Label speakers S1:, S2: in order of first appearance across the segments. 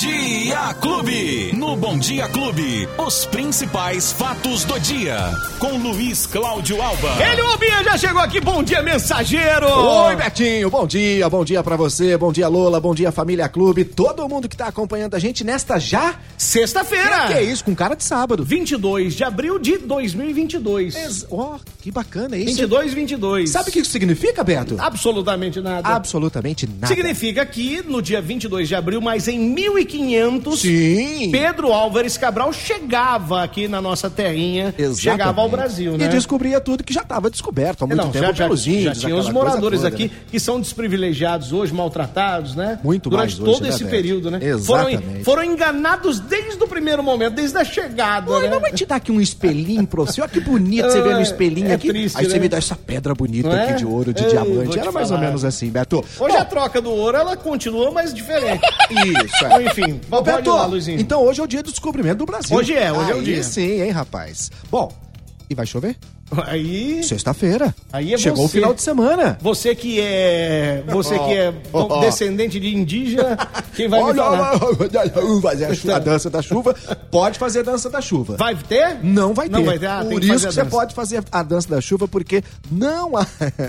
S1: Dia Clube. No Bom Dia Clube, os principais fatos do dia. Com Luiz Cláudio Alba.
S2: Ele, o Albinha, já chegou aqui. Bom dia, mensageiro.
S3: Oi, Betinho, bom dia, bom dia pra você, bom dia, Lola, bom dia, Família Clube, todo mundo que tá acompanhando a gente nesta já.
S2: Sexta-feira.
S3: Que é isso, com cara de sábado.
S2: 22 de abril de 2022.
S3: Ex- Ó, que bacana isso.
S2: 22, 22.
S3: Sabe o que isso significa, Beto?
S2: Absolutamente nada.
S3: Absolutamente nada.
S2: Significa que no dia 22 de abril, mas em 1500,
S3: Sim.
S2: Pedro Álvares Cabral chegava aqui na nossa terrinha,
S3: Exatamente.
S2: chegava ao Brasil, né?
S3: E descobria tudo que já estava descoberto há muito
S2: Não,
S3: tempo
S2: já, já,
S3: pelos
S2: já
S3: índios.
S2: tinha os
S3: aquela coisa
S2: moradores
S3: toda,
S2: aqui
S3: né?
S2: que são desprivilegiados hoje, maltratados, né?
S3: Muito
S2: Durante
S3: mais hoje,
S2: todo
S3: né,
S2: esse
S3: Beth?
S2: período, né?
S3: Exatamente.
S2: Foram, foram enganados desde o primeiro momento, desde a chegada,
S3: Ai,
S2: né?
S3: não vai te dar aqui um espelhinho pra você. Olha que bonito você vê no
S2: É,
S3: espelhinho
S2: é
S3: aqui.
S2: triste,
S3: Aí você
S2: né?
S3: me dá essa pedra bonita
S2: Não é?
S3: aqui de ouro, de
S2: Ei, vou
S3: diamante.
S2: te
S3: Era mais ou
S2: falar.
S3: menos assim, Beto.
S2: Hoje
S3: Bom,
S2: a troca do ouro, ela continua, mas diferente.
S3: Isso,
S2: Então,
S3: é.
S2: Enfim,
S3: Ô,
S2: pode
S3: Beto,
S2: ir lá, Luizinho.
S3: então hoje é o dia do descobrimento do Brasil.
S2: Hoje é, hoje é o
S3: Aí
S2: dia.
S3: sim, hein, rapaz. Bom, e vai chover?
S2: Aí,
S3: Sexta-feira.
S2: Aí é
S3: Chegou o
S2: você.
S3: final de semana.
S2: você que é, você que é
S3: Oh, oh.
S2: descendente de indígena, quem vai me
S3: Olha,
S2: falar? Então.
S3: olha, fazer a, chu- a dança da chuva. Pode fazer a dança da chuva.
S2: Vai ter?
S3: Não vai ter.
S2: Não vai ter. Ah, tem
S3: Por
S2: que fazer
S3: isso que
S2: a
S3: você
S2: dança.
S3: pode fazer a dança da chuva, porque não há.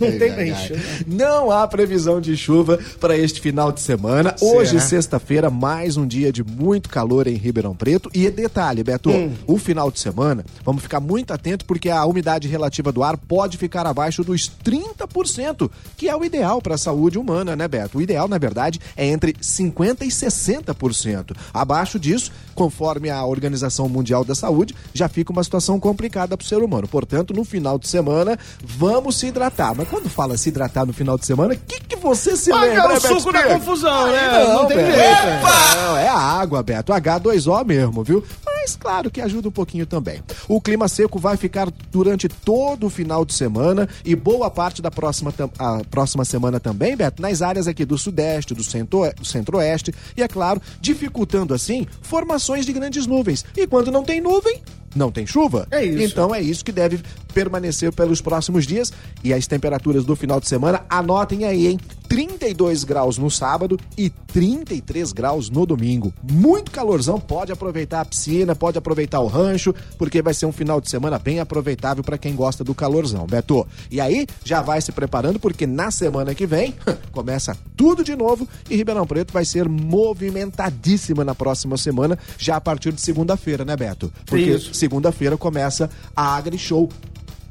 S2: Não tem
S3: Ai, ai,
S2: peixe,
S3: ai. Não há previsão de chuva para este final de semana. Hoje,
S2: Será?
S3: sexta-feira, mais um dia de muito calor em Ribeirão Preto. E detalhe, Beto, o final de semana, vamos ficar muito atento porque a umidade relativa do ar pode ficar abaixo dos 30%, que é o ideal para a saúde humana, né, Beto? O ideal, na verdade, é entre 50% e 60%. Abaixo disso, conforme a Organização Mundial da Saúde, já fica uma situação complicada para o ser humano. Portanto, no final de semana, vamos se hidratar. Mas quando fala se hidratar no final de semana, o que, que você se
S2: Ah,
S3: lembra,
S2: é o
S3: Beto
S2: suco da
S3: Spiegel?
S2: confusão, né?
S3: Não,
S2: Não tem
S3: Beto.
S2: jeito.
S3: Não, é a água, Beto. H2O mesmo, viu? Mas claro que ajuda um pouquinho também. O clima seco vai ficar durante todo o final de semana e boa parte da próxima, tam- a próxima semana também, Beto, nas áreas aqui do Sudeste, do, centro, do Centro-Oeste e, é claro, dificultando assim formações de grandes nuvens. E quando não tem nuvem, não tem chuva.
S2: É isso.
S3: Então, então é isso que deve permanecer pelos próximos dias. E as temperaturas do final de semana, anotem aí, hein? 32 graus no sábado e 33 graus no domingo. Muito calorzão, pode aproveitar a piscina, pode aproveitar o rancho, porque vai ser um final de semana bem aproveitável para quem gosta do calorzão, Beto. E aí, já vai se preparando, porque na semana que vem começa tudo de novo e Ribeirão Preto vai ser movimentadíssima na próxima semana, já a partir de segunda-feira, né, Beto? Porque
S2: Isso.
S3: segunda-feira começa a Agri Show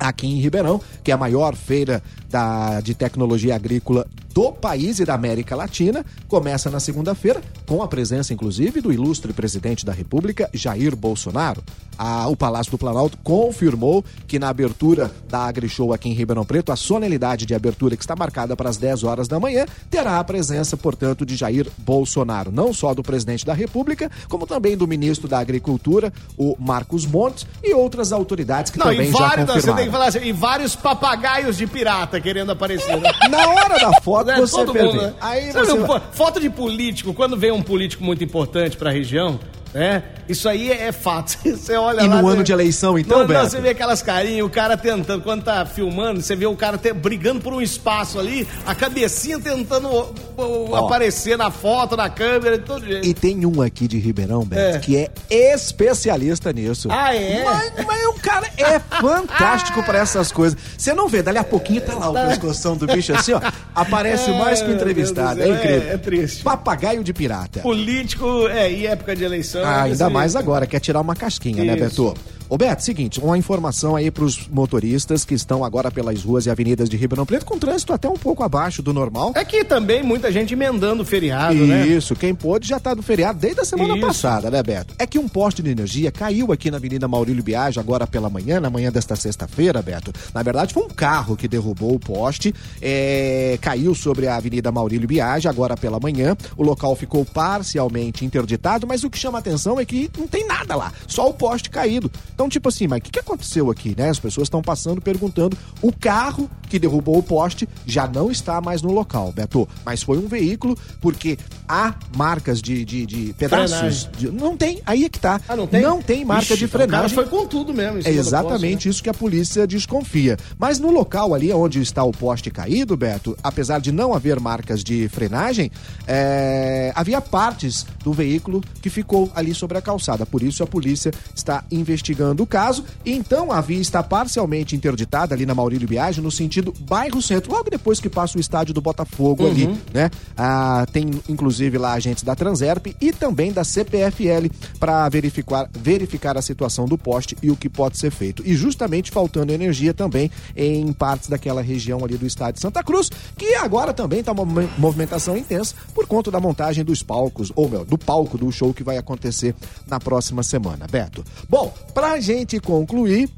S3: aqui em Ribeirão, que é a maior feira da- de tecnologia agrícola do país e da América Latina, começa na segunda-feira, com a presença, inclusive, do ilustre presidente da República, Jair Bolsonaro. Ah, o Palácio do Planalto confirmou que na abertura da AgriShow aqui em Ribeirão Preto, a solenidade de abertura que está marcada para as 10 horas da manhã, terá a presença, portanto, de Jair Bolsonaro, não só do presidente da República, como também do ministro da Agricultura, o Marcos Montes, e outras autoridades que
S2: Não, e
S3: também já
S2: vários, você tem que
S3: confirmaram.
S2: falar assim, e vários papagaios de pirata querendo aparecer. Né?
S3: Na hora da foto,
S2: Né?
S3: você
S2: Todo
S3: perdeu.
S2: mundo, né?
S3: Aí
S2: Sabe,
S3: você... vai-
S2: pô, foto de político, quando vem um político muito importante pra região, né? Isso aí é, é fato. Você olha
S3: E
S2: lá,
S3: no
S2: você-
S3: ano de eleição, então,
S2: não, não,
S3: Beto?
S2: você vê aquelas carinhas, o cara tentando, quando tá filmando, você vê o cara te- brigando por um espaço ali, a cabecinha tentando ó, ó, aparecer na foto, na câmera, de todo jeito.
S3: E tem um aqui de Ribeirão, Beto,
S2: É.
S3: que é especialista nisso.
S2: Ah, é?
S3: Mas, mas o cara é fantástico pra essas coisas. Você não vê, dali a pouquinho tá lá o pescoção do bicho assim, ó. Aparece mais que o
S2: meu Deus
S3: entrevistado.
S2: do
S3: É
S2: céu,
S3: incrível.
S2: é- é triste.
S3: Papagaio de pirata.
S2: Político, é, e época de eleição.
S3: Ah, ainda
S2: assim,
S3: mais agora, quer tirar uma casquinha, né,
S2: Isso.
S3: Beto? Ô, Beto, seguinte, uma informação aí pros motoristas que estão agora pelas ruas e avenidas de Ribeirão Preto, com trânsito até um pouco abaixo do normal.
S2: É que também muita gente emendando o feriado, né?
S3: Isso, quem pôde já tá no feriado desde a semana
S2: Isso.
S3: passada, né, Beto? É que um poste de energia caiu aqui na Avenida Maurílio Biagi agora pela manhã, na manhã desta sexta-feira, Beto. Na verdade, foi um carro que derrubou o poste, é, caiu sobre a Avenida Maurílio Biagi agora pela manhã. O local ficou parcialmente interditado, mas o que chama atenção é que não tem nada lá, só o poste caído. Então, tipo assim, mas o que, que aconteceu aqui, né? As pessoas estão passando perguntando. O carro que derrubou o poste, já não está mais no local, Beto. Mas foi um veículo, porque há marcas de, de, de pedaços.
S2: Frenagem.
S3: de- não tem, aí é que tá.
S2: Ah, não tem?
S3: marca
S2: Ixi,
S3: de
S2: então O cara
S3: frenagem.
S2: foi com tudo mesmo. em
S3: É
S2: cima do
S3: exatamente isso que a polícia desconfia. Mas no local ali onde está o poste caído, Beto, apesar de não haver marcas de frenagem, é, havia partes do veículo que ficou ali sobre a calçada. Por isso a polícia está investigando o caso. Então a via está parcialmente interditada ali na Maurílio Biagio, no sentido bairro centro, logo depois que passa o estádio do Botafogo
S2: Uhum.
S3: ali, né? Ah, tem inclusive lá agentes da Transerp e também da CPFL para verificar, verificar a situação do poste e o que pode ser feito. E justamente faltando energia também em partes daquela região ali do estado de Santa Cruz, que agora também está uma mo- movimentação intensa por conta da montagem dos palcos, ou melhor, do palco do show que vai acontecer na próxima semana, Beto. Bom, pra gente concluir,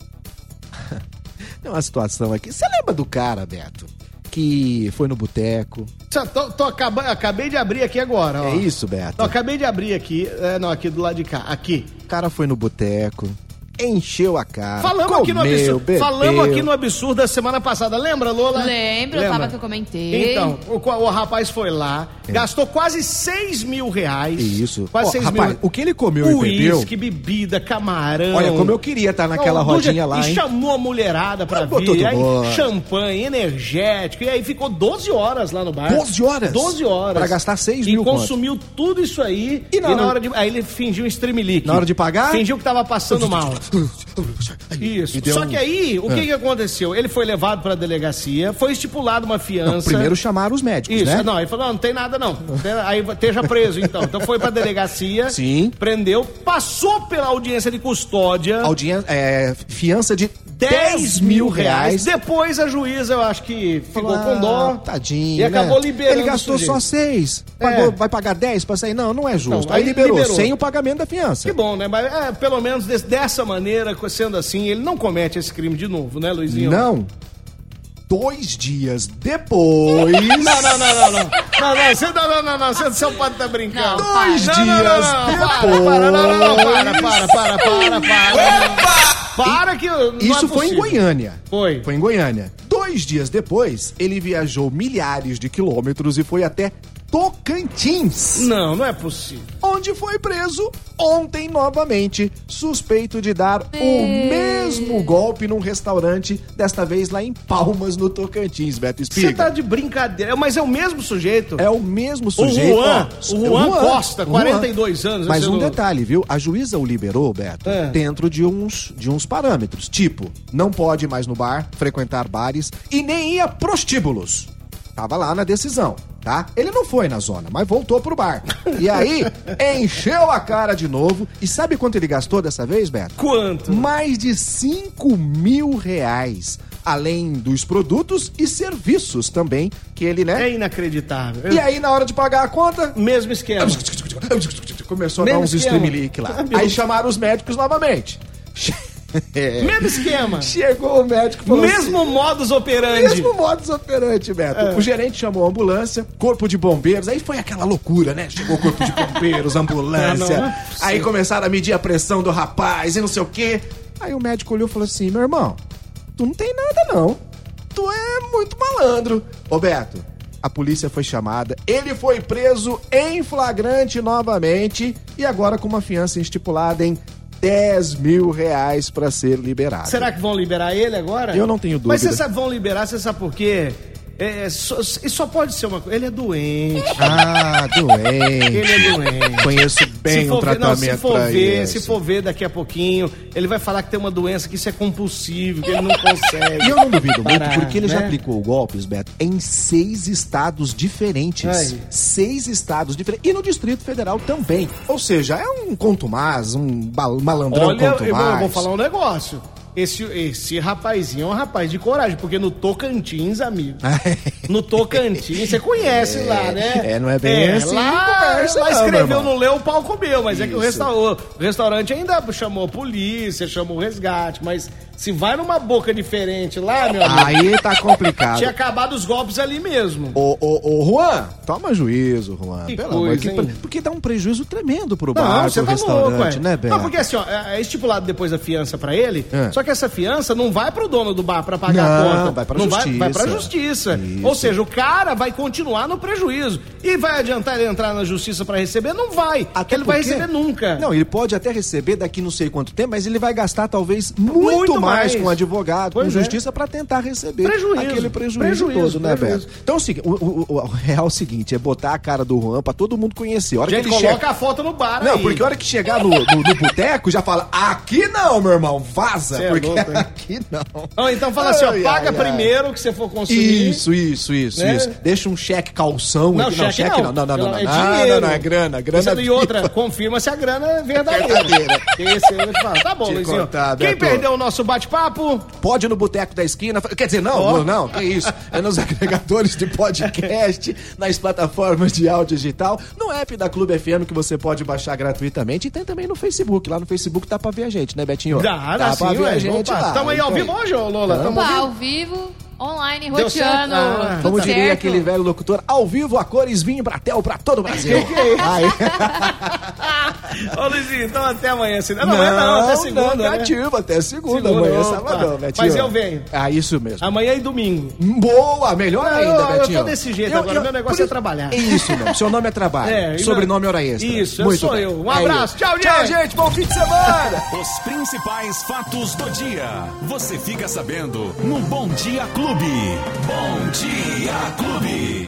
S3: tem uma situação aqui. Você lembra do cara, Beto, que foi no boteco?
S2: Poste, né? Tô, tô acaba- acabei de abrir aqui agora, ó.
S3: É isso, Beto?
S2: Ah. Não, acabei de abrir aqui. É, não, aqui do lado de cá. Aqui.
S3: O cara foi no boteco, encheu a cara.
S2: Falamos aqui no
S3: comeu,
S2: absurdo.
S3: bebeu.
S2: Falamos aqui no absurdo da semana passada, lembra, Lola?
S4: Lembro, eu
S2: Lembra?
S4: tava que eu comentei.
S2: Então, o, qua- o rapaz foi lá, gastou quase 6 mil reais.
S3: É. Isso.
S2: Quase
S3: Ó,
S2: 6
S3: rapaz,
S2: mil.
S3: o que ele comeu e bebeu-
S2: Uísque, bebida, camarão.
S3: Olha, como eu queria estar naquela
S2: Não, do
S3: rodinha
S2: jeito-
S3: lá,
S2: E
S3: hein?
S2: chamou a mulherada pra
S3: Ah, botou
S2: vir,
S3: do
S2: aí
S3: bom.
S2: champanhe, energético, e aí ficou 12 horas lá no bar.
S3: 12 horas?
S2: 12 horas.
S3: Pra gastar 6
S2: E
S3: mil
S2: consumiu tudo isso aí,
S3: E
S2: e
S3: na
S2: na,
S3: hora-
S2: hora de... Aí ele fingiu um streamlick.
S3: Na hora de pagar?
S2: Fingiu que tava passando mal. Isso.
S3: E deu
S2: Só
S3: um-
S2: que aí, o
S3: É.
S2: que, que aconteceu? Ele foi levado pra delegacia, foi estipulada uma fiança.
S3: Não, primeiro chamaram os médicos,
S2: Isso, é
S3: né?
S2: não, ele falou, não, não tem nada não. Não tem nada. Aí esteja preso então. Então foi pra delegacia,
S3: Sim.
S2: prendeu, passou pela audiência de custódia,
S3: Audiência, é, fiança de
S2: 10,
S3: 10 mil reais.
S2: Depois a juíza, eu acho que ficou
S3: Ah,
S2: com dó.
S3: Tadinho.
S2: E acabou
S3: né?
S2: liberando.
S3: Ele gastou
S2: o sujeito.
S3: só seis. Pagou-
S2: É.
S3: Vai pagar 10 pra sair? Não, não é justo.
S2: Não,
S3: aí,
S2: aí
S3: liberou,
S2: liberou.
S3: sem o pagamento da fiança.
S2: Que bom, né? Mas é, pelo menos des- dessa maneira, sendo assim, ele não comete esse crime de novo, né, Luizinho?
S3: Não. Dois dias depois.
S2: Não, não, não, não, não. Não, não, você não, não, não, não, você, você pode tá brincando.
S4: Não,
S3: Dois
S2: Não, não, não, não,
S3: dias
S2: não, Para, para, não, não,
S3: depois.
S2: para, para, para, para, para. Para que não é
S3: Isso foi em
S2: possível.
S3: Goiânia.
S2: Foi.
S3: Foi em Goiânia. Dois dias depois, ele viajou milhares de quilômetros e foi até Tocantins,
S2: Não, não é possível.
S3: onde foi preso ontem novamente, suspeito de dar o mesmo golpe num restaurante, desta vez lá em Palmas, no Tocantins, Beto
S2: Você
S3: Espiga.
S2: tá de brincadeira, mas é o mesmo sujeito.
S3: É o mesmo sujeito.
S2: Juan,
S3: ó. É
S2: o Juan Costa, 42 anos,
S3: Mas
S2: esse
S3: um
S2: do-
S3: detalhe, viu? A juíza o liberou, Beto,
S2: É.
S3: dentro de uns, de uns parâmetros. Tipo, não pode mais no bar, frequentar bares e nem ir a prostíbulos. Tava lá na decisão, tá? Ele não foi na zona, mas voltou pro bar. E aí, encheu a cara de novo. E sabe quanto ele gastou dessa vez, Beto?
S2: Quanto?
S3: Mais de 5 mil reais. Além dos produtos e serviços também que ele, né?
S2: É inacreditável.
S3: E é. aí, na hora de pagar a conta,
S2: Mesmo esquema.
S3: começou a
S2: Mesmo
S3: dar uns
S2: esquema.
S3: streamlick lá. Aí chamaram os médicos novamente. É.
S2: Mesmo esquema.
S3: Chegou o médico e falou assim,
S2: Mesmo modus operandi.
S3: mesmo modus operandi, Beto.
S2: É.
S3: O gerente chamou a ambulância, corpo de bombeiros, aí foi aquela loucura, né? Chegou o corpo de bombeiros, ambulância.
S2: Não, não é
S3: aí começaram a medir a pressão do rapaz e não sei o quê. Aí o médico olhou e falou assim: meu irmão, tu não tem nada não. Tu é muito malandro. Ô Beto, a polícia foi chamada, ele foi preso em flagrante novamente e agora com uma fiança estipulada em 10 mil reais pra ser liberado.
S2: Será que vão liberar ele agora?
S3: Eu não tenho
S2: Mas
S3: dúvida.
S2: você sabe, vão liberar, você sabe por quê? É, só, isso só pode ser uma coisa. Ele é doente.
S3: Ah, doente.
S2: Ele é doente.
S3: Conheço bem o
S2: ver,
S3: tratamento
S2: se for
S3: pra assim.
S2: ver,
S3: isso.
S2: se for ver daqui a pouquinho, ele vai falar que tem uma doença que isso é compulsivo, que ele não consegue.
S3: E um eu não duvido muito,
S2: Parar,
S3: porque ele já
S2: né?
S3: aplicou golpes, Beto, em seis estados diferentes.
S2: Aí.
S3: Seis estados diferentes. E no Distrito Federal também. Ou seja, é um contumaz, um bal- malandrão
S2: Olha, eu, eu
S3: contumaz.
S2: vou falar um negócio. Esse, esse rapazinho é um rapaz de coragem, porque no Tocantins, amigo. No Tocantins, você conhece lá, né?
S3: é, não é bem assim,
S2: Lá,
S3: conversa
S2: lá
S3: não, meu
S2: escreveu,
S3: irmão.
S2: não leu, o pau comeu. Mas é que o,
S3: Isso.
S2: resta- o restaurante ainda chamou a polícia, chamou o resgate. Mas se vai numa boca diferente lá, meu amigo,
S3: Aí tá complicado.
S2: tinha acabado os golpes ali mesmo.
S3: Ô, ô, ô, Juan, toma juízo, Juan.
S2: Que
S3: Pelo
S2: coisa,
S3: amor de
S2: hein?
S3: Deus. Porque dá um prejuízo tremendo pro
S2: Não,
S3: bar,
S2: você
S3: pro
S2: tá
S3: restaurante,
S2: louco, é.
S3: né, Beto?
S2: Não, porque assim, ó, é é estipulado depois a fiança pra ele,
S3: É.
S2: só que essa fiança não vai pro dono do bar pra pagar
S3: Não,
S2: a conta.
S3: vai pra
S2: não Vai,
S3: justiça.
S2: vai pra justiça.
S3: Isso.
S2: Ou seja, o cara vai continuar no prejuízo. E vai adiantar ele entrar na justiça pra receber? Não vai.
S3: Até
S2: ele vai
S3: porque-
S2: receber nunca.
S3: Não, ele pode até receber daqui não sei quanto tempo, mas ele vai gastar talvez muito,
S2: Muito
S3: mais,
S2: mais.
S3: com advogado,
S2: Pois
S3: com
S2: é.
S3: justiça pra tentar receber
S2: Prejuízo.
S3: aquele prejuízo,
S2: Prejuízo,
S3: todo, né,
S2: prejuízo.
S3: Beto? Então, assim, o, o, o- o real é o seguinte, é botar a cara do Juan pra todo mundo conhecer. A hora
S2: Gente,
S3: que ele
S2: coloca
S3: chega...
S2: a foto no bar
S3: Não,
S2: aí.
S3: porque a hora que chegar no, no, no boteco, já fala, aqui não, meu irmão, vaza,
S2: Cê é
S3: porque
S2: louco, hein?
S3: aqui não.
S2: Ou então fala assim, ó,
S3: Ai,
S2: paga
S3: ai, ai.
S2: primeiro o que você for consumir.
S3: Isso, isso, isso,
S2: Né?
S3: isso. Deixa um cheque calção.
S2: Não,
S3: aqui.
S2: cheque, não.
S3: não. Não, não, não, não.
S2: É
S3: não, não,
S2: dinheiro.
S3: não, não, é grana, grana.
S2: Isso, E outra, confirma se a grana é verdadeira.
S3: Verdadeira.
S2: Esse aí eu te falo. Tá bom,
S3: Te
S2: Luizinho.
S3: contar,
S2: Quem
S3: Beto.
S2: perdeu o nosso bate-papo?
S3: Pode ir no boteco da esquina. Quer dizer, não,
S2: Ó.
S3: não, não, que isso. É nos agregadores de podcast, nas plataformas de áudio digital, no app da Clube FM que você pode baixar gratuitamente e tem também no Facebook. Lá no Facebook dá pra ver a gente, né, Betinho?
S2: Dá, dá
S3: dá
S2: sim,
S3: pra ver
S2: ué.
S3: a gente.
S2: Opa,
S3: lá.
S2: Tamo aí ao
S3: Então,
S2: vivo hoje, ô Lola? Tamo
S4: Opa,
S2: ao
S4: ao
S2: vivo?
S4: vivo, online,
S2: Deu certo?
S4: roteando.
S2: Ah,
S4: tudo
S3: Como diria
S4: certo.
S3: aquele velho locutor, ao vivo a cores, vinho e bratel pra todo o Brasil. que é isso?
S2: Ô Luizinho, então até amanhã. se- Não, não, é não, até segunda.
S3: não,
S2: né?
S3: ativo, até segunda,
S2: Segunda,
S3: amanhã é
S2: opa.
S3: sabadão, Betinho.
S2: Mas eu venho.
S3: Ah, isso mesmo.
S2: Amanhã e domingo.
S3: um Boa, melhor
S2: Ah,
S3: ainda,
S2: eu- eu tô
S3: Betinho.
S2: desse jeito agora, meu negócio
S3: por
S2: é
S3: isso-
S2: trabalhar.
S3: É isso, meu. Seu nome é trabalho.
S2: É, e
S3: Sobrenome
S2: meu-
S3: hora extra.
S2: Isso, eu sou eu. Um abraço, tchau,
S3: Tchau,
S2: gente.
S3: gente. Bom fim de semana.
S1: Os principais fatos do dia. Você fica sabendo no Bom Dia Clube. Bom Dia Clube.